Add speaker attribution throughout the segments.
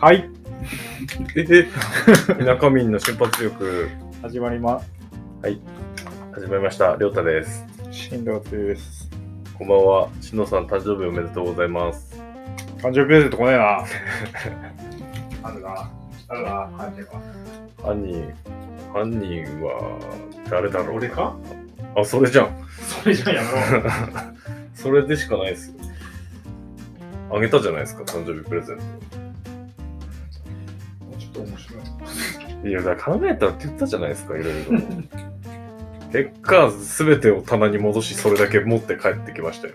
Speaker 1: はい、
Speaker 2: え中民の瞬発力
Speaker 1: 始まります。
Speaker 2: 始まりました。りょうたです。
Speaker 1: 新藤です。
Speaker 2: こんばんは。しのさん、誕生日おめでとうございます。
Speaker 1: 誕生日プレゼント来ねえな。 あるな。あるな。感じが。
Speaker 2: 犯人、犯人は誰だろう
Speaker 1: 俺か
Speaker 2: あ、それじゃん。
Speaker 1: それじゃやめろ。
Speaker 2: それでしかないですよ。あげたじゃないですか、誕生日プレゼン
Speaker 1: ちょっと面白い。
Speaker 2: ト。いや、だから考えたらって言ったじゃないですか、いろい ろ。結果、すべてを棚に戻し、それだけ持って帰ってきましたよ。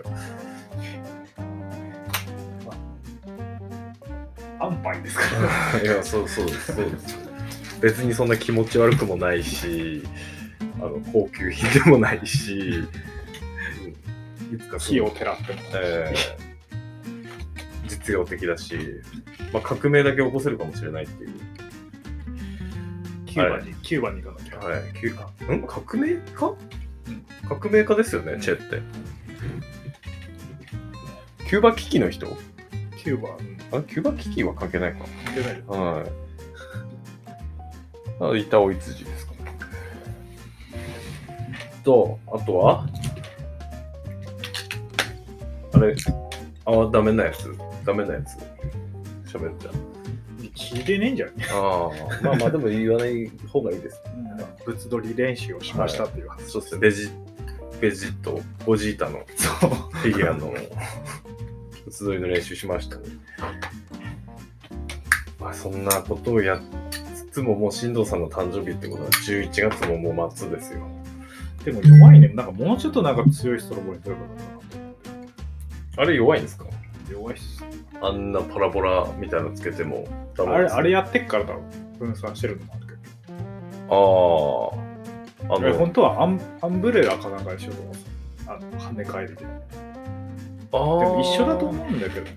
Speaker 1: 安牌ですか
Speaker 2: いや、そうそうです、そうです。別にそんな気持ち悪くもないし、あの高級品でもないし、うんいつかその
Speaker 1: 木を照らっても。
Speaker 2: えー実用的だし、まあ、革命だけ起こせるかもしれないっていう。
Speaker 1: キューバに、キューバに行かなきゃ。
Speaker 2: はい、きゅあん革命家
Speaker 1: うん
Speaker 2: 革命家ですよね、チェって。キューバ危機の人
Speaker 1: キューバ、うん、
Speaker 2: あキューバ危機は関係ないか。
Speaker 1: 行けないよ。
Speaker 2: はい。あ、板尾いつじですか。と、あとはあれ、あ、ダメなやつ。ダメなやつ。喋っちゃう。
Speaker 1: 聞いてねえんじゃん。
Speaker 2: ああ、まあまあ、でも言わない方がいいです。
Speaker 1: 物撮り練習をしましたっていう話。
Speaker 2: そうですね。ベジ、ベジット、ゴジータの
Speaker 1: そう。
Speaker 2: フィギュアの、物撮りの練習しましたね。まあ、そんなことをやっつつも、もう、進藤さんの誕生日ってことは、11月ももう末ですよ。
Speaker 1: でも弱いね。なんかもうちょっとなんか強いストロボに取ればよかったな
Speaker 2: あれ弱いんですか
Speaker 1: 弱いっす。
Speaker 2: あんなパラボラみたいなのつけてもダメ
Speaker 1: あ
Speaker 2: なん
Speaker 1: れ、
Speaker 2: です
Speaker 1: あれやってっからだろ。分散してるのもあるけど。
Speaker 2: あーあ
Speaker 1: あれ
Speaker 2: の
Speaker 1: 本当はアンアンブレラかなんかにしようと思ってた。あの跳ね返りで。で
Speaker 2: あー
Speaker 1: も一緒だと思うんだけどね。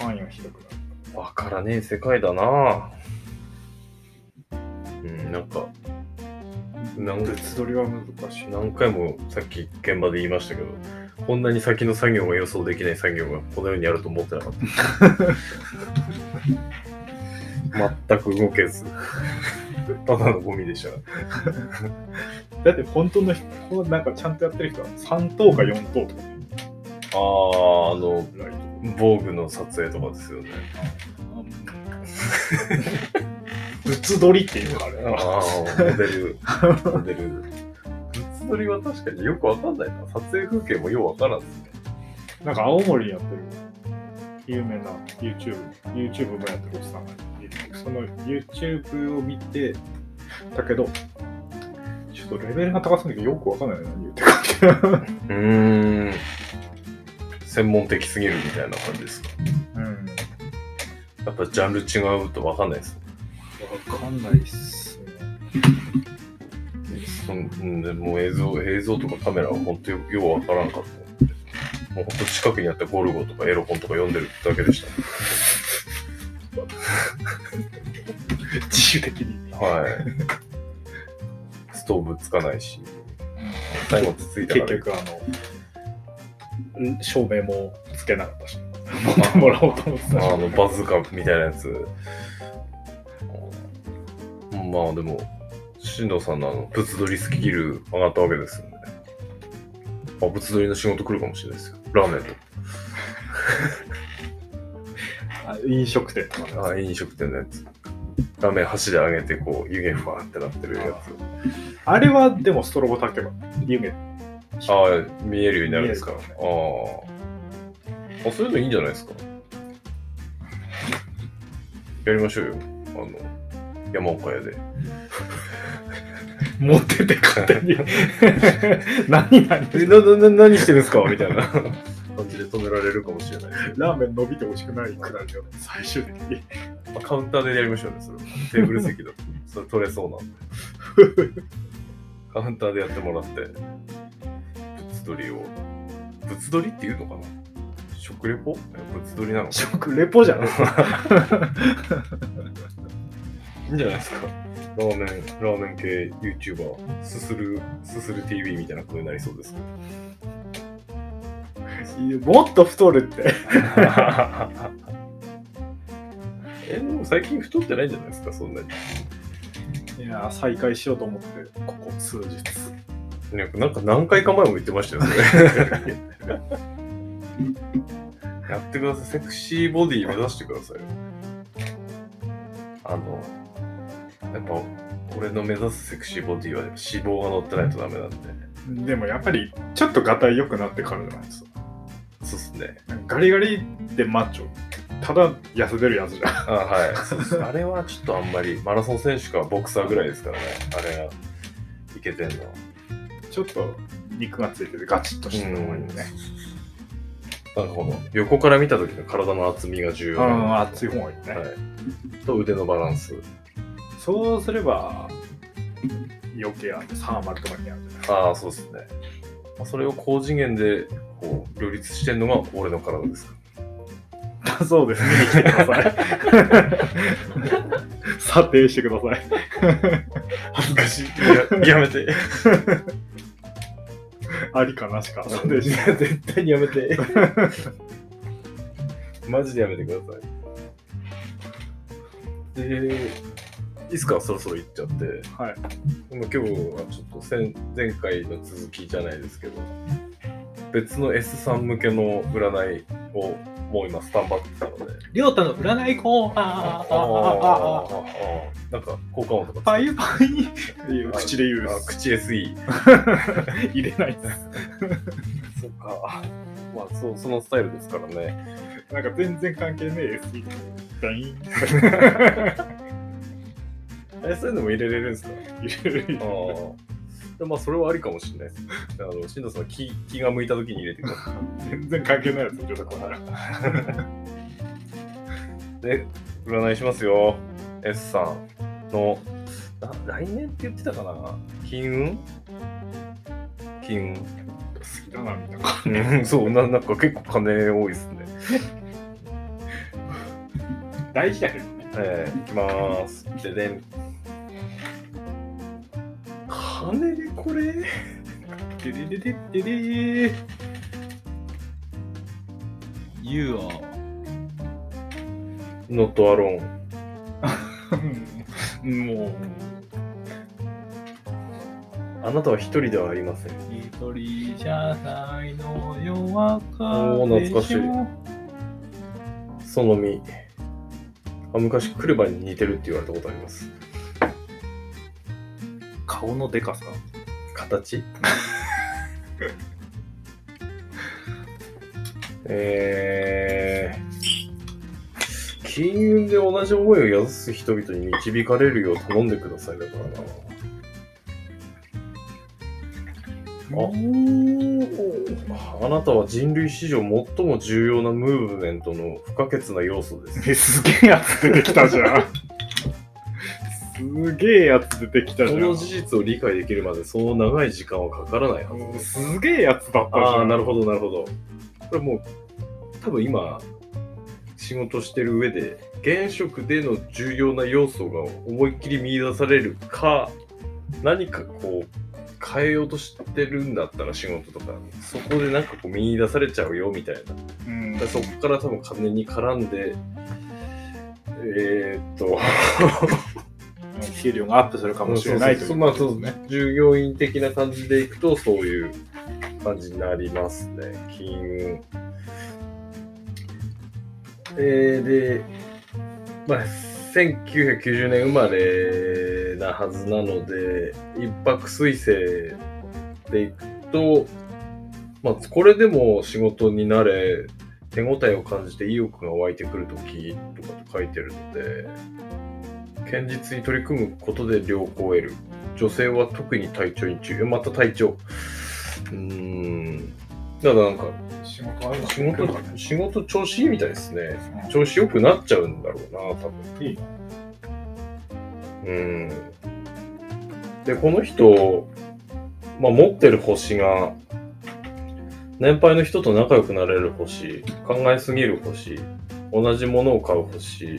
Speaker 1: 範囲は広くなる。
Speaker 2: わからねえ世界だなうんなんかなんか
Speaker 1: 物撮りは難しいな。
Speaker 2: 何回もさっき現場で言いましたけどこんなに先の作業が予想できない作業がこの世にあると思ってなかった全く動けずただのゴミでした
Speaker 1: だって本当の人、こうなんかちゃんとやってる人は3等か4等とか
Speaker 2: あああの
Speaker 1: ぐらい。
Speaker 2: 防具の撮影とかですよね
Speaker 1: 物撮りっていうのあれな。
Speaker 2: ああ、モデル。モデル。物撮りは確かによくわかんないな。撮影風景もようわからんですね。
Speaker 1: なんか青森にやってる有名な YouTube、YouTube もやってるおっさんがいる。その YouTube を見て、だけど、ちょっとレベルが高すぎてよくわかんないな、何言ってるかっていう。
Speaker 2: うーん。専門的すぎるみたいな感じですか。
Speaker 1: うん。
Speaker 2: やっぱジャンル違うとわかんないです。
Speaker 1: わかんないっすね。
Speaker 2: そんうんでもう映像、映像とかカメラは本当よようわからんかった。もうほんと近くにあったゴルゴとかエロ本とか読んでるだけでし
Speaker 1: 自主的に。
Speaker 2: た。はい。ストーブつかないし。最後つついた
Speaker 1: 結
Speaker 2: から。
Speaker 1: 局、あの、ん照明もつけなかったし、持ってもらおうと思ってたし。
Speaker 2: あのバズーカみたいなやつ。うんまあでも、進藤さんのあの物撮りスキル上がったわけですよね。あ、物撮りの仕事来るかもしれないですよ。ラーメン
Speaker 1: あ飲食店とか
Speaker 2: と
Speaker 1: ね
Speaker 2: か、あ飲食店のやつ。ラーメン箸で揚げて、こう、湯気ふわってなってるや
Speaker 1: あれはでもストロボ炊けば、湯気。
Speaker 2: つ。ああ、見えるようになるんですか。
Speaker 1: 見える
Speaker 2: ああ。あ、そういうのいいんじゃないですか。やりましょうよ。あの、山岡屋で。
Speaker 1: 持ってて勝手に 何何
Speaker 2: え、な、な、な、何してるんですかみたいな 感じで止められるかもしれないですけ
Speaker 1: ラーメン伸びてほしくないくらいだよね最終的に
Speaker 2: ど、まあ、カウンターでやりましょうね、それは。テーブル 席だと。それ取れそうなんで。 カウンターでやってもらって、物撮りを。物撮りっていうのかな食レポ物撮りなのか
Speaker 1: 食レポじゃ ん
Speaker 2: いいんじゃないですか。ラーメン、ラーメン系 YouTuber、すする、すする TV みたいなことになりそうですけど。
Speaker 1: もっと太るって
Speaker 2: えでも最近太ってないんじゃないですかそんなに
Speaker 1: いやー再開しようと思ってここ数日
Speaker 2: ねなんか何回か前も言ってましたよね やってくださいセクシーボディ目指してくださいよあのやっぱ俺の目指すセクシーボディは脂肪が乗ってないとダメなんで
Speaker 1: でもやっぱりちょっとがたい良くなってからじゃないですか
Speaker 2: そうっすね
Speaker 1: なんかガリガリでマッチョただ痩せてるやつじゃん
Speaker 2: あはいそう っすあれはちょっとあんまりマラソン選手かボクサーぐらいですからねあれがいけてんのは
Speaker 1: ちょっと肉がついててガチッとしてる方がいいよね
Speaker 2: なんかこの横から見た時の体の厚みが重要
Speaker 1: う
Speaker 2: なん
Speaker 1: ん
Speaker 2: で
Speaker 1: 熱い方がいいね、
Speaker 2: はい、と腕のバランス
Speaker 1: そうすれば余計あのサーマルとかに合うんじゃない
Speaker 2: ああそうですねまあそれを高次元でこう両立してるのが俺の体ですか
Speaker 1: だそうですね。 見てください。査定してください。
Speaker 2: 恥ずかしいややめ て
Speaker 1: ありかなしか査定して。
Speaker 2: 絶対にやめて マジでやめてくださいでいつかそろそろ行っちゃって
Speaker 1: はい。
Speaker 2: でも今日はちょっと先前回の続きじゃないですけど別の S さん向けの占いをもう今スタンバってたので
Speaker 1: りょうたの占いコーナー。
Speaker 2: なんか交換音とか
Speaker 1: パイパイっていう口で言う
Speaker 2: あ口 SE
Speaker 1: 入れないです。
Speaker 2: そっかまあそうそのスタイルですからね
Speaker 1: なんか全然関係ねえ SE。ダイン
Speaker 2: えそういうのも入れれるんですかあ
Speaker 1: 入れる。
Speaker 2: あでまあそれはありかもしれないですあの新藤さん気気が向いた時に入れてくださ
Speaker 1: 全然関係ないやつ、りょうたコーナー。
Speaker 2: いで占いしますよ S さんのな来年って言ってたかな金運金運
Speaker 1: 好きだな、みたいな。
Speaker 2: うん そうななんか結構金多いですね
Speaker 1: 大事だけどね。
Speaker 2: えー、いきまーす。ででん。金でこれ
Speaker 1: でででででで
Speaker 2: ?You are not alone.
Speaker 1: うんもう、
Speaker 2: あなたは一人ではありません。
Speaker 1: 一人じゃないの夜は
Speaker 2: おー懐かしいその身。あ昔、クルバに似てるって言われたことあります。
Speaker 1: 顔のでかさ
Speaker 2: 形 えー、金運で同じ思いを宿す人々に導かれるよう頼んでくださいだからな。ああなたは人類史上最も重要なムーブメントの不可欠な要素です。
Speaker 1: えすげえやつ出てきたじゃんすげえやつ出てきたじ
Speaker 2: こ
Speaker 1: ゃ
Speaker 2: の
Speaker 1: ん
Speaker 2: 事実を理解できるまでそう長い時間はかからないはず
Speaker 1: う
Speaker 2: で
Speaker 1: ん
Speaker 2: す。
Speaker 1: すげえやつだったじゃん
Speaker 2: ああ、なるほど、なるほど。これもう、多分今、仕事してる上で、現職での重要な要素が思いっきり見出されるか、何かこう、変えようとしてるんだったら仕事とか、そこでなんかこう見出されちゃうよみたい
Speaker 1: う
Speaker 2: な。
Speaker 1: ん
Speaker 2: でそこから多分金に絡んで、えーっと、
Speaker 1: 給料がアップするかもしれないという
Speaker 2: そうそうそ
Speaker 1: こ
Speaker 2: う
Speaker 1: と
Speaker 2: ま
Speaker 1: で
Speaker 2: あ
Speaker 1: すね
Speaker 2: そう従業員的な感じでいくと、そういう感じになりますね。金運。えー、で、まあ、1990年生まれなはずなので、一泊彗星でいくと、まあ、これでも仕事になれ、手応えを感じて意欲が湧いてくるときとかと書いてるので、堅実に取り組むことで良好を得る。女性は特に体調に注意。また体調。うーん。だからなんか、
Speaker 1: 仕事ある
Speaker 2: 仕事、仕事調子いいみたいですね。
Speaker 1: 事
Speaker 2: 調子良くなっちゃうんだろうな、多分。
Speaker 1: いいな
Speaker 2: うん。で、この人、まあ、持ってる星が、年配の人と仲良くなれる星、考えすぎる星、同じものを買う星、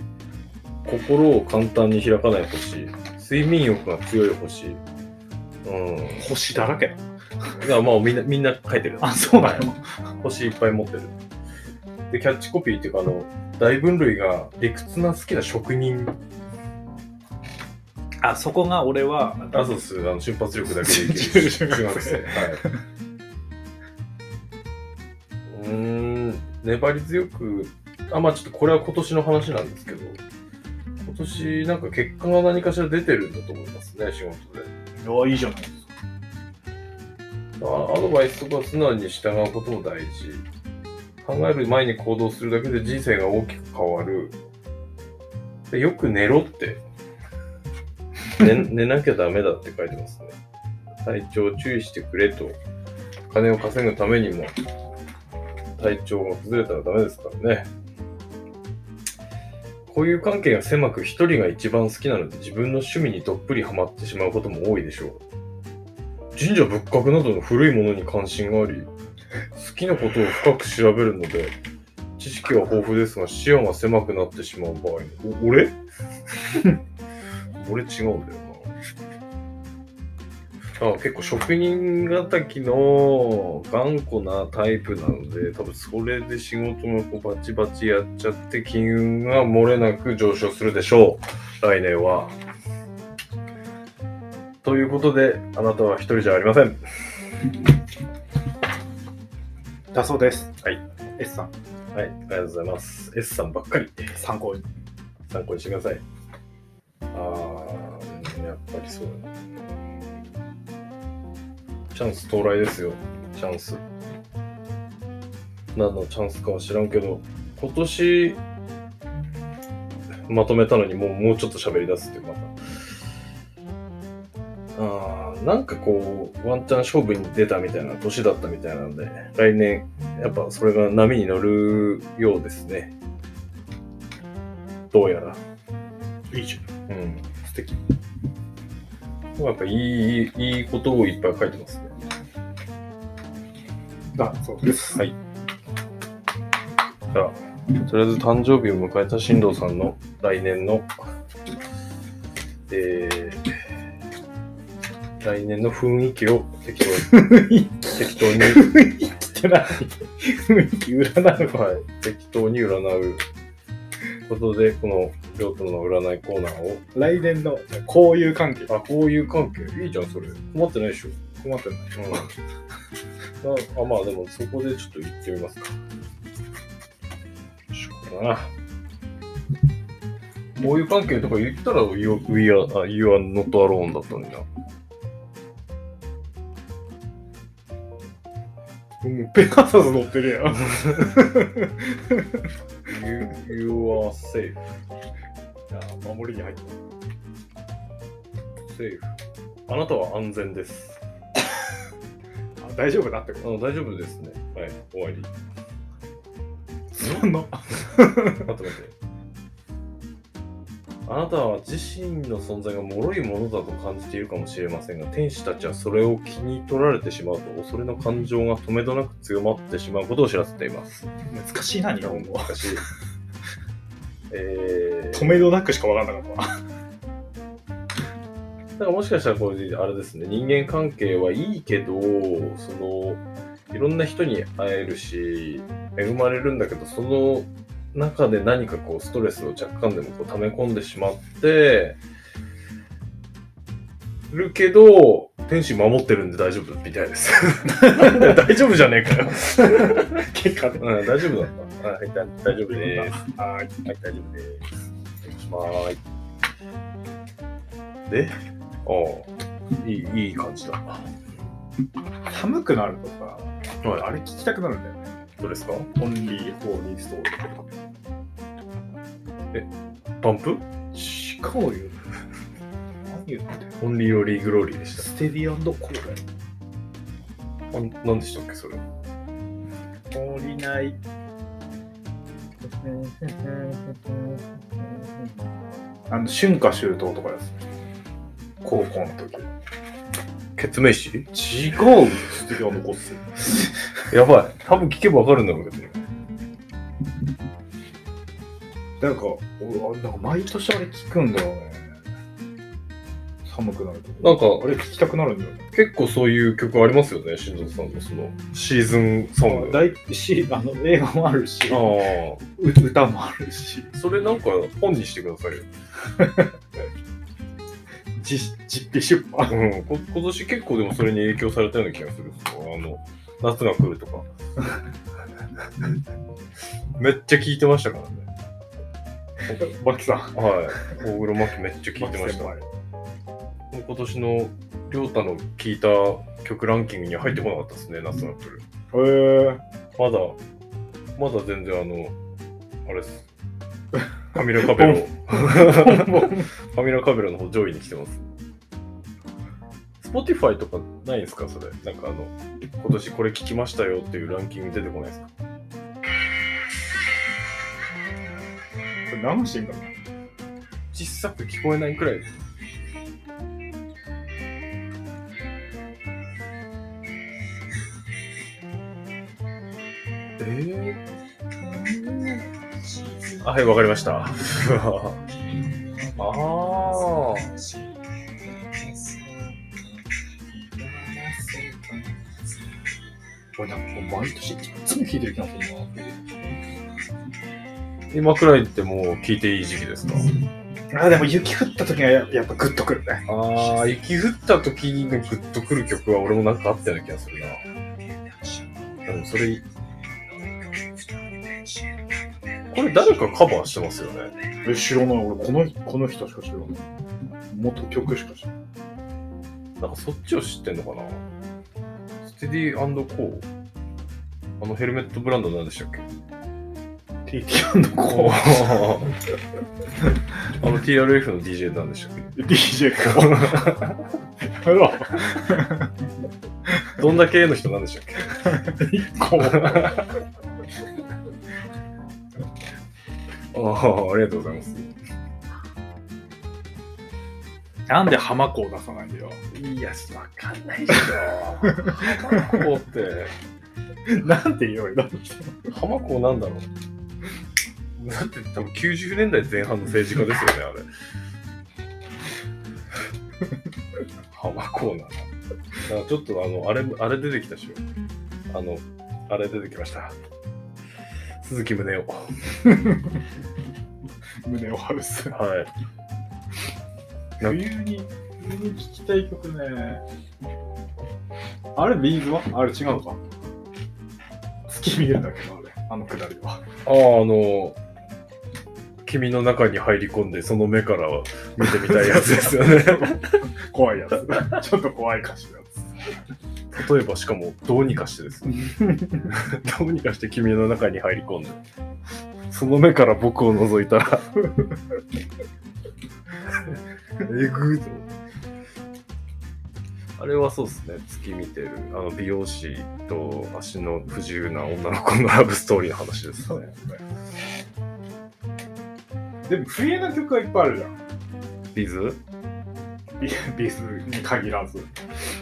Speaker 2: 心を簡単に開かない星、睡眠欲が強い星。うん。だ
Speaker 1: 星だらけ
Speaker 2: からまあみんな、みんな書いてる。
Speaker 1: あそうなの
Speaker 2: 星いっぱい持ってる。で、キャッチコピーっていうか、あの、大分類が理屈な好きな職人、
Speaker 1: あそこが俺は
Speaker 2: ラソス、あの、瞬発力だけでいける
Speaker 1: 中
Speaker 2: 中
Speaker 1: 学生
Speaker 2: 学生。はい。うーん、粘り強く、あ、まあちょっとこれは今年の話なんですけど、今年なんか結果が何かしら出てるんだと思いますね、仕事で。
Speaker 1: あいいじゃないですか
Speaker 2: だからアドバイスとか素直に従うことも大事。考える前に行動するだけで人生が大きく変わる。でよく寝ろって、寝。寝なきゃダメだって書いてますね。体調を注意してくれと。金を稼ぐためにも、体調が崩れたらダメですからね。こういう関係が狭く一人が一番好きなので自分の趣味にどっぷりハマってしまうことも多いでしょう。神社仏閣などの古いものに関心があり、好きなことを深く調べるので、知識は豊富ですが、視野が狭くなってしまう場合も。お俺 俺違うんだよな。あ結構職人敵の頑固なタイプなので、多分それで仕事がこうバチバチやっちゃって、金運が漏れなく上昇するでしょう。来年は。ということで、あなたは一人じゃありません。
Speaker 1: だそうです
Speaker 2: はい
Speaker 1: S さん
Speaker 2: はい、ありがとうございます。S さんばっかり
Speaker 1: 参考に
Speaker 2: 参考にしてください。あー、うんやっぱりそうだな。チャンス到来ですよ、チャンス。何のチャンスかは知らんけど、今年、まとめたのにもうもうちょっと喋り出すっていう、また。あーなんかこう、ワンチャン勝負に出たみたいな年だったみたいなので、来年、やっぱそれが波に乗るようですね。どうやら。
Speaker 1: いいじゃん
Speaker 2: うん。
Speaker 1: 素敵
Speaker 2: やっぱいい、いいことをいっぱい書いてますね。
Speaker 1: だそうです
Speaker 2: はい。じゃあ、とりあえず誕生日を迎えた新藤さんの来年の、えー、来年の雰囲気を適当に、 適当に、
Speaker 1: 来てない雰囲気占う
Speaker 2: はい、適当に占うことで、この、りょうとの占いコーナーを、
Speaker 1: 来年のこういう関係
Speaker 2: あ、こういう関係、いいじゃん、それ。困ってないでしょ。
Speaker 1: 困ってない
Speaker 2: うん。あ、まあでもそこでちょっと行ってみますか。よいしょこれだな。こういう関係とか言ったら you, we are, あ you are not alone だったんだ。
Speaker 1: もうペガサス乗ってるやん
Speaker 2: You, you are safe.
Speaker 1: 守りに入った
Speaker 2: safe. あなたは安全です。
Speaker 1: あ大丈夫だってこ
Speaker 2: あ大丈夫ですね。はい、終わり。
Speaker 1: とそんな
Speaker 2: 待って待って。あなたは自身の存在が脆いものだと感じているかもしれませんが、天使たちはそれを気に取られてしまうと、恐れの感情が止めどなく強まってしまうことを知らせています。
Speaker 1: 難しいな日本語
Speaker 2: 難しい。えー、
Speaker 1: 止めどなくしかわかんなかっ
Speaker 2: だからもしかしたらこれあれですね人間関係はいいけどそのいろんな人に会えるし恵まれるんだけどその中で何かこうストレスを若干でもこう溜め込んでしまってるけど天使守ってるんで大丈夫みたいです なんで大丈夫じゃねえかよ、
Speaker 1: た結果で
Speaker 2: うん、大丈夫だったはい大大丈夫です
Speaker 1: はい
Speaker 2: はい、大丈夫です。お願いしまーす。で、ああ、いい、いい感じだ。は
Speaker 1: 寒くなるとさあ
Speaker 2: い、
Speaker 1: れ聞きたくなるんだよね
Speaker 2: どうですか
Speaker 1: オンリー・ホーリー・ストーリーとか
Speaker 2: パンプ
Speaker 1: 違うよ何言ってんの
Speaker 2: オンリーオリーグローリーでし
Speaker 1: ステディアンドコーラ
Speaker 2: た。あなんでしたっけ、それ。
Speaker 1: 降りない。あの、春夏秋冬とかですね。高校の
Speaker 2: 決命詞
Speaker 1: 時。違うスティアのコス。
Speaker 2: やばい。多分聞けばわかるんだろうけどね。
Speaker 1: なんか、俺、あなんか毎年あれ聞くんだよね。寒くなると。
Speaker 2: なんか
Speaker 1: あれ聞きたくなるんだよ。
Speaker 2: 結構そういう曲ありますよね、新藤さんのそのシーズンソング。あ
Speaker 1: 大し、あの、映画もあるし、
Speaker 2: あ
Speaker 1: う歌もあるし、
Speaker 2: ー、それなんか本にしてくださいよ。
Speaker 1: 実実費出版。
Speaker 2: うん、こ今年結構でもそれに影響されたような気がする。そのあの夏が来ると か。めっちゃ聞いてましたからね。
Speaker 1: マキさん。
Speaker 2: はい。大黒摩季めっちゃ聞いてました。
Speaker 1: マ
Speaker 2: も
Speaker 1: キ先輩
Speaker 2: う今年の亮太の聞いた曲ランキングには入ってこなかったですね、夏が来る。
Speaker 1: へー
Speaker 2: まだ、まだ全然あの、あれっす。カミラカベロ。カミラカベロの方上位に来てます。Spotify とかないんですかそれ。なんかあの、今年これ聞きましたよっていうランキング出てこないですか
Speaker 1: これ流してんだな。
Speaker 2: 小さく聞こえないくらいです。え ー、あ、はい、わかりました。ああ。
Speaker 1: これなんか毎年いつも聞いてる気がする
Speaker 2: 今くらいってもう聞いていい時期ですか
Speaker 1: な。あ、でも雪降った時はややっぱグッとくるね。
Speaker 2: ああ、雪降った時にグッとくる曲は俺もなんかあったような気がするな。うん、それいい。これ誰かカバーしてますよね。
Speaker 1: え、知らない。俺、この人この人しか知らない。元曲しか知らない。
Speaker 2: なんかそっちを知ってんのかなステディコーあのヘルメットブランドなんでしたっけ
Speaker 1: TT& の
Speaker 2: お
Speaker 1: 子。
Speaker 2: ーあの TRF の DJ なんでしたっけ
Speaker 1: DJ か。 やめろ。
Speaker 2: どんだけの人なんでしたっけ
Speaker 1: 一個。
Speaker 2: ああ、ありがとうございます。
Speaker 1: なんで浜子を出さないんだよ。
Speaker 2: いや、わかんないでしょ。こうって。
Speaker 1: なんて言うよ、だって。
Speaker 2: 浜子なんだろうだって多分90年代前半の政治家ですよねあれ浜子なのなんかちょっとあのあれあれ出てきたしあのあれ出てきました鈴木宗男
Speaker 1: 胸を張るっす。
Speaker 2: はい
Speaker 1: 冬に、冬に聴きたい曲ね。あれ、ビーズはあれ違うのか。月見るんだけど、あれ。あのくだりは。
Speaker 2: あああの君の中に入り込んでその目から見てみたいやつですよね
Speaker 1: 怖いや つ。ちょっと怖い歌詞のや
Speaker 2: 例えばしかもどうにかしてですね どうにかして君の中に入り込んでその目から僕を覗いたら えぐーとあれはそうですね月見てるあの美容師と足の不自由な女の子のラブストーリーの話で
Speaker 1: つ。
Speaker 2: すね
Speaker 1: でも、冬の曲はいっぱいあるじゃん。
Speaker 2: ビズ
Speaker 1: ビビーズに限らず。や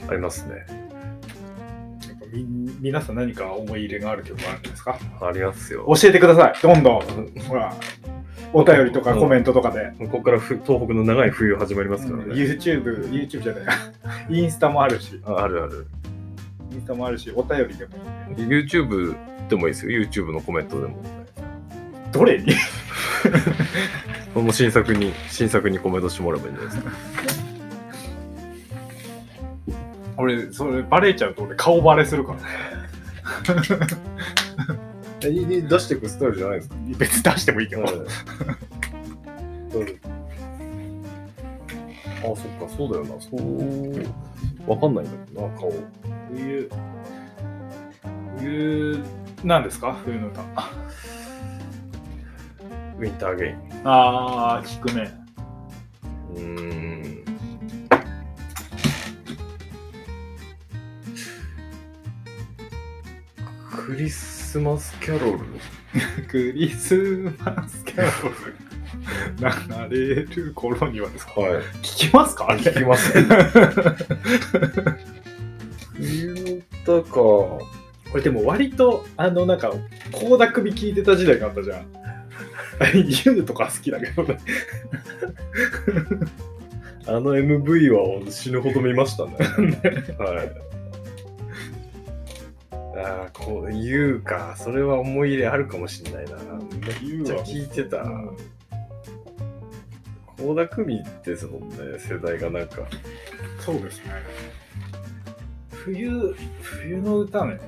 Speaker 2: ありますね
Speaker 1: っぱみ皆さん何か思い入れがある曲あるんですか
Speaker 2: ありますよ
Speaker 1: 教えてください。どんどん。ほら、お便りとかコメントとかで。
Speaker 2: ここからふ東北の長い冬始まりますからね、
Speaker 1: YouTube、YouTube じゃない、 インスタもあるし、
Speaker 2: ああるある
Speaker 1: インスタもあるし、お便りでもいい。
Speaker 2: YouTube でもいいですよ YouTube のコメントでも
Speaker 1: どれに
Speaker 2: もう新作に、新作にコメントしてもらえばいいんじゃないですか。
Speaker 1: 俺、それバレちゃうと俺顔バレするから。
Speaker 2: 出していくスタイルじゃないですか。
Speaker 1: 別に出してもいいけど。
Speaker 2: あ、そっか、そうだよな。そう、わかんないんだもんな、顔。
Speaker 1: 冬、冬、なんですか冬の歌。
Speaker 2: ウィンターゲイン。
Speaker 1: あー、聞くね。
Speaker 2: うーん。クリスマスキャロル。
Speaker 1: クリスマスキャロル。 流れる頃にはですか
Speaker 2: はい。
Speaker 1: 聞きますかあれ
Speaker 2: 聞きませ ん。冬だか。
Speaker 1: これでも割と、あの、なんか、倖田來未聞いてた時代があったじゃ ん。ユーとか好きだけどね。
Speaker 2: あの MV は死ぬほど見ましたね。 はい。ああ、こう、言うか。それは思い入れあるかもしれないな。めっちゃ聞いてた。
Speaker 1: うん
Speaker 2: 倖田來未ってそのね、世代がなんか、
Speaker 1: そうですね。冬、冬の歌ね。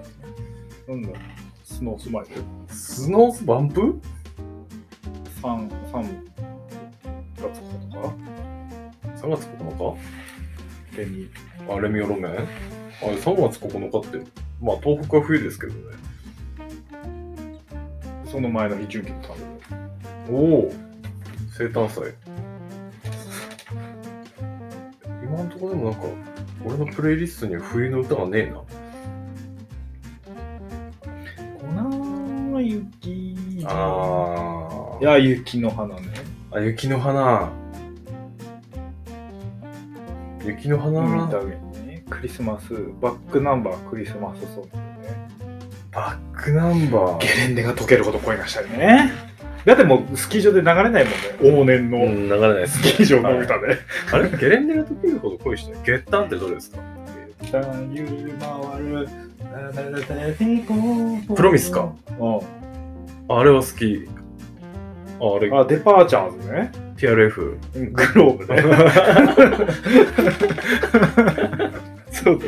Speaker 1: なんだろうスノースマイル。
Speaker 2: スノースバンプ
Speaker 1: 三三月とか
Speaker 2: ?3 月9
Speaker 1: 手に。
Speaker 2: 日あ、レミオロメンあれ、3月9日って、まあ東北は冬ですけどね。
Speaker 1: その前の日中期の誕生日
Speaker 2: おお生誕祭今のところでもなんか俺のプレイリストには冬の歌がねえな
Speaker 1: 粉雪
Speaker 2: あ
Speaker 1: いや雪の花ね
Speaker 2: あ雪の花雪の花、
Speaker 1: 海
Speaker 2: バ
Speaker 1: だけねクリスマスバックナンバークリスマスソングね
Speaker 2: ックナンバ
Speaker 1: ゲ
Speaker 2: ー
Speaker 1: レンデが溶けるほど恋がしたりねだってもうスキー場で流れないもんね往年
Speaker 2: う
Speaker 1: の
Speaker 2: ん流れないです
Speaker 1: スキー場の歌で、
Speaker 2: あれゲレンデが溶けるほど恋してるゲッタンってどれですか
Speaker 1: プ
Speaker 2: プロミス
Speaker 1: う
Speaker 2: か。あれは好きああれ
Speaker 1: ん。あ、デパーチャーズね。
Speaker 2: TRF
Speaker 1: うんグローブ ね。
Speaker 2: そうだ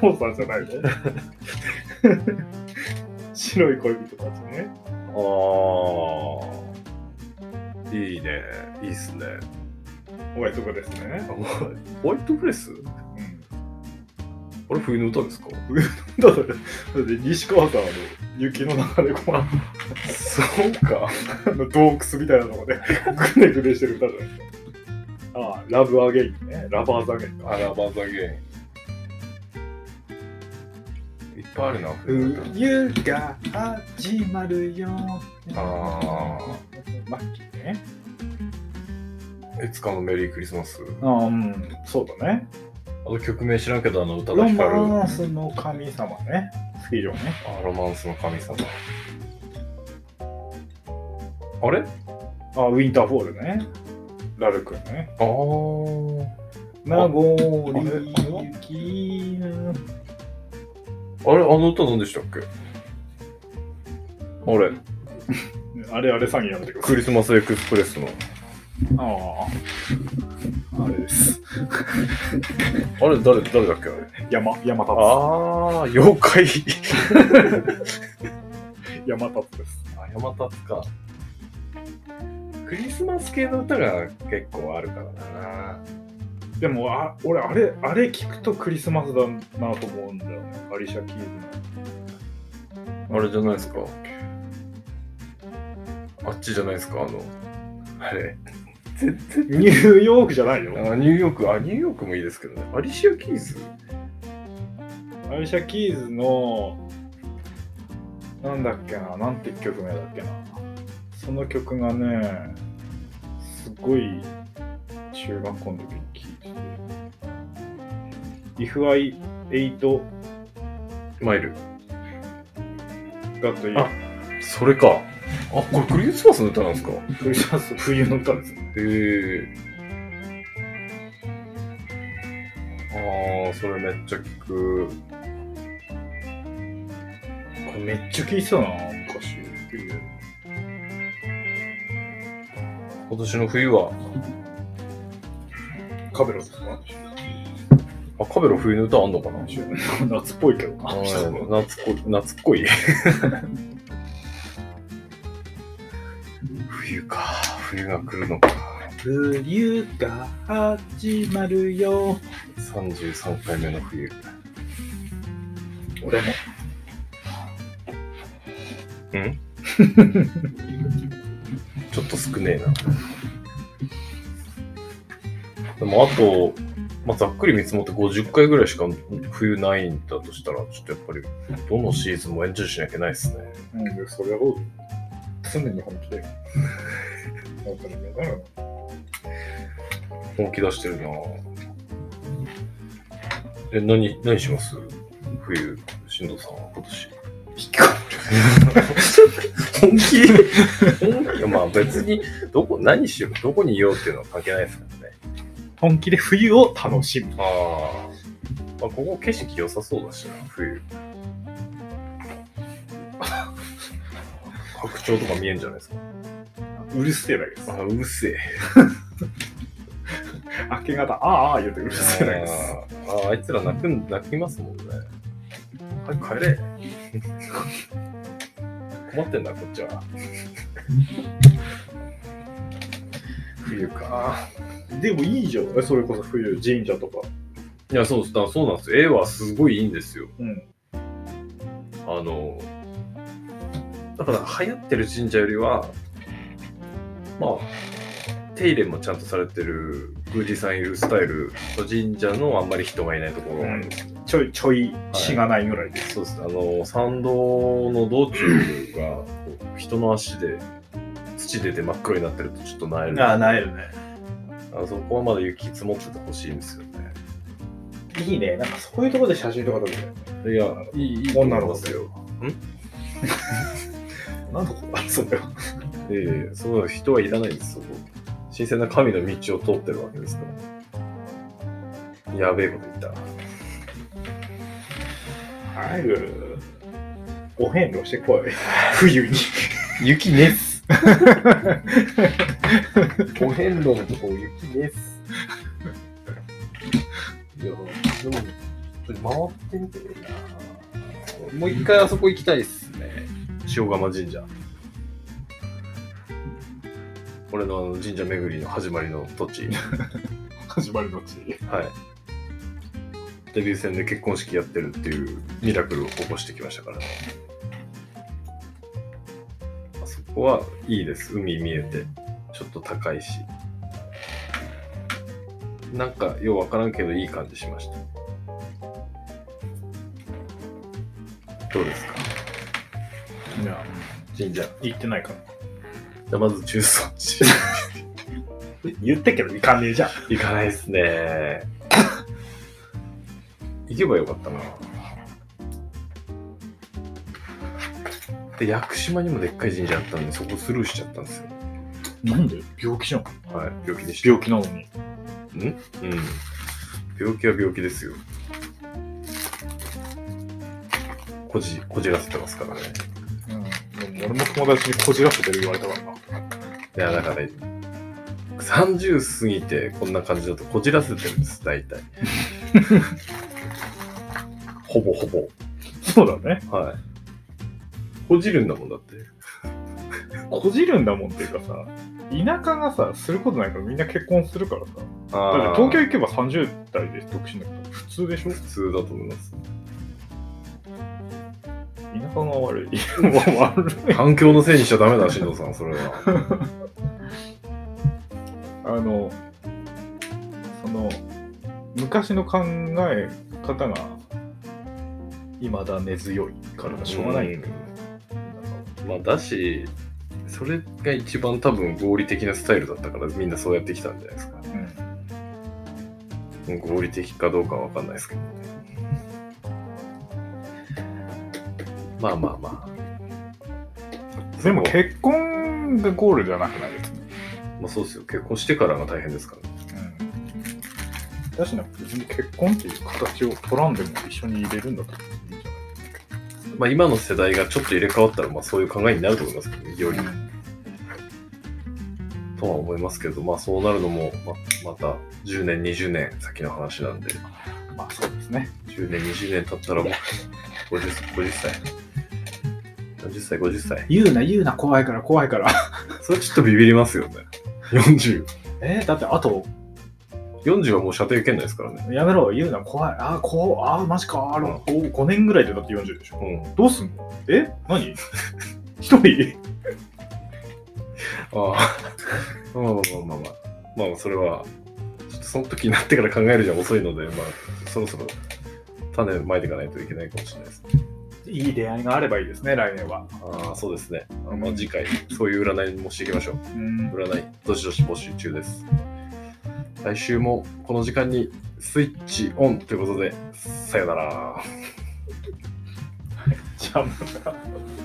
Speaker 1: コンさんじゃないね。 白い恋人たちね。
Speaker 2: ああ、いいね、いいっすね。
Speaker 1: おいとこですね。
Speaker 2: ホワイトプレス
Speaker 1: うん。
Speaker 2: あれ冬の歌ですか
Speaker 1: だって、だって西川さんはね雪の中でこう、あ
Speaker 2: そうか。
Speaker 1: の洞窟みたいなとこで、 ぐねぐねしてる歌じゃないですか。ああ、ラブアゲインね。ラバーズアゲインとか。
Speaker 2: あら、バーザーゲイン。いっぱいあるな、冬の歌。
Speaker 1: 冬が始まるよ。
Speaker 2: ああ。
Speaker 1: マッキーね。
Speaker 2: いつかのメリークリスマス。
Speaker 1: ああ、うん、そうだね。
Speaker 2: あと曲名知らんけど、あの歌
Speaker 1: ロ
Speaker 2: が光る。
Speaker 1: マンスの神様ね。スキー場ね。
Speaker 2: あロマンスの神様。あれあ
Speaker 1: あ、ウィンターフォールね。ラルクね。
Speaker 2: あー。
Speaker 1: 名残
Speaker 2: あれ
Speaker 1: 雪の
Speaker 2: あれあの歌何でしたっけあれ
Speaker 1: あれあれ詐欺やめてくださ
Speaker 2: ク
Speaker 1: い。
Speaker 2: リスマスエクスプレスの。
Speaker 1: ああ。あれです。
Speaker 2: あれ誰誰だっけあれ
Speaker 1: 山、山立
Speaker 2: ああ、妖怪。
Speaker 1: つ。山立つです。
Speaker 2: あ、山立つか。クリスマス系の歌が結構あるからな。
Speaker 1: でも、あ俺、あれ、あれ聞くとクリスマスだなと思うんだよね。アリシャ・キーズ
Speaker 2: あれじゃないですか。あっちじゃないですか、あの。あれ。
Speaker 1: の。 ニューヨークじゃないよ。
Speaker 2: あニューヨーク、あ、ニューヨークもいいですけどね。アリシア・キーズ
Speaker 1: アリシャ・キーズの、なんだっけな、なんて曲名だっけな。その曲がね、すごい中学校の時に聴いてて、If I Ate
Speaker 2: マイル。
Speaker 1: がとい
Speaker 2: あ
Speaker 1: う
Speaker 2: それか。あ、これクリスマスの歌なんですか。へ
Speaker 1: クリスマス冬の歌ですね。
Speaker 2: え。ああ、それめっちゃ聞く。
Speaker 1: これめっちゃ聴いてたな、昔。
Speaker 2: 今年の冬は、
Speaker 1: カベラですか
Speaker 2: あ、カベロ冬の歌あんのかな
Speaker 1: 夏っぽいけどな。
Speaker 2: あ
Speaker 1: あ
Speaker 2: ー夏っこ夏っこい。冬か。冬が来るのか。
Speaker 1: 冬が始まるよ。
Speaker 2: 33回目の冬。
Speaker 1: 俺も。
Speaker 2: ちょっと少ねえな。でもあと、まあ、ざっくり見積もって50回ぐらいしか冬ないんだとしたら、ちょっとやっぱり、どのシーズンもエンジョイしなきゃいけないですね。
Speaker 1: うん、それを常に本気で。本当に目 だよ。
Speaker 2: 本気出してるなえ、何、何します冬、しんどさんは今年。本 気本気いやまあ別に、どこ、何しよう、どこにいようっていうのは関係ないですからね。
Speaker 1: 本気で冬を楽しむ。
Speaker 2: あー、まあここ景色良さそうだしな冬 白鳥とか見えんじゃないですか
Speaker 1: うるせえだけです。
Speaker 2: あうるせえ
Speaker 1: 明け方、あーあー言うてうるせえだけです。
Speaker 2: あーあーあいつら泣くん泣きますもんね
Speaker 1: はい、 帰れ。
Speaker 2: 困ってんだこっちは
Speaker 1: 冬か。でもいいじゃん。それこそ冬、神社とか。
Speaker 2: いやそうですだからそうなんですよ絵はすごいいいんですよ
Speaker 1: うん。
Speaker 2: あのだから流行ってる神社よりはまあ手入れもちゃんとされてる宮司さんいるスタイルと神社のあんまり人がいないところがあるんです、
Speaker 1: ちょい、ちょい、しがないぐらいで。
Speaker 2: そうですあの参道の道中がこう人の足で土出て真っ黒になってるとちょっとなえる
Speaker 1: ああ、ないよね。
Speaker 2: あそこはまだ雪積もっててほしいんですよね
Speaker 1: いいね。なんかそういうところで写真とか撮るね。
Speaker 2: いやいいいいと思いますよ
Speaker 1: なんだこれ。それは。
Speaker 2: ええそういうの人はいらないんですそこ神聖な神の道を通ってるわけですからやべえこと言った
Speaker 1: 早く、お遍路してこい。冬に。
Speaker 2: 雪ねっす お遍路のとこ雪ねっすいやでも回ってみてるなもう一回あそこ行きたいっすね塩釜神社俺のあの神社巡りの始まりの土地
Speaker 1: 始まりの地。
Speaker 2: はい。デビュー戦で結婚式やってるっていうミラクルを起こしてきましたからね。あそこはいいです。海見えて。ちょっと高いし。なんかようわからんけどいい感じしました。どうですか
Speaker 1: いや、
Speaker 2: 神社。じ
Speaker 1: 行ってないから。
Speaker 2: ゃあまず中尊
Speaker 1: 言ってっけど行かねえじゃん。
Speaker 2: 寺。行かないですね。行けばよかったな。で、屋久島にもでっかい神社あったんで、そこスルーしちゃったんですよ。
Speaker 1: なんで病気じゃん。
Speaker 2: はい、病気でした。
Speaker 1: 病気なのに。
Speaker 2: うん。病気は病気ですよ。こじ、こじらせてますからね。
Speaker 1: うん。でも俺も友達にこじらせてる言われたからな。
Speaker 2: いや、だから、30過ぎてこんな感じだとこじらせてるんです、大体。ほぼほぼ。
Speaker 1: そうだね。
Speaker 2: はい。こじるんだもんだって。
Speaker 1: こじるんだもんっていうかさ、田舎がさ、することないからみんな結婚するからさ。だ
Speaker 2: あ
Speaker 1: っ
Speaker 2: あ
Speaker 1: て東京行けば30代で独身だけど、普通でしょ
Speaker 2: 普通だと思います。
Speaker 1: 田舎が悪 い。もう悪い。
Speaker 2: 環境のせいにしちゃダメだ、進藤さん、それは。
Speaker 1: あの、その、昔の考え方が、未だ根強いから しょうがないんだけど、
Speaker 2: まあ、だし、それが一番多分合理的なスタイルだったから、みんなそうやってきたんじゃないですか。
Speaker 1: うん
Speaker 2: うん合理的かどうかは分かんないですけどね。まあまあまあ。
Speaker 1: でも
Speaker 2: その
Speaker 1: 結婚がゴールじゃなくないですね。
Speaker 2: まあ、そうですよ。結婚してからが大変ですからね。
Speaker 1: うん、だしな別に結婚っていう形を取らんでも一緒に入れるんだといいんじ
Speaker 2: まあ今の世代がちょっと入れ替わったら、まあそういう考えになると思いますけど、ね、よ
Speaker 1: ゃ
Speaker 2: り
Speaker 1: ない。うん
Speaker 2: とは思いますけど、まあそうなるのもままた10年、20年先の話なんで、
Speaker 1: まあそうですね。
Speaker 2: 10年、20年経ったらもう 50, 50歳。40歳、50歳。
Speaker 1: 言うな言うな怖いから怖い から。
Speaker 2: それちょっとビビりますよね。40。
Speaker 1: えー、だってあと
Speaker 2: 40はもう射程圏内ですからね。
Speaker 1: やめろ言うな怖いあーこうあーマジかあ
Speaker 2: うん
Speaker 1: の 5, 5年ぐらいでだって40でしょ。
Speaker 2: うん。
Speaker 1: どうすんのえ 何一人
Speaker 2: ああ。 まあまあまあまあまあ。まあまあそれは、ちょっとその時になってから考えるじゃ遅いので、まあそろそろ種をまいていかないといけないかもしれないですね。
Speaker 1: いい出会いがあればいいですね来年は。
Speaker 2: ああ、そうですね。あまあ次回、そういう占いもしていきましょう。
Speaker 1: うん
Speaker 2: 占い、どしどし募集中です。来週もこの時間にスイッチオンということで、さよなら。
Speaker 1: じゃあまた。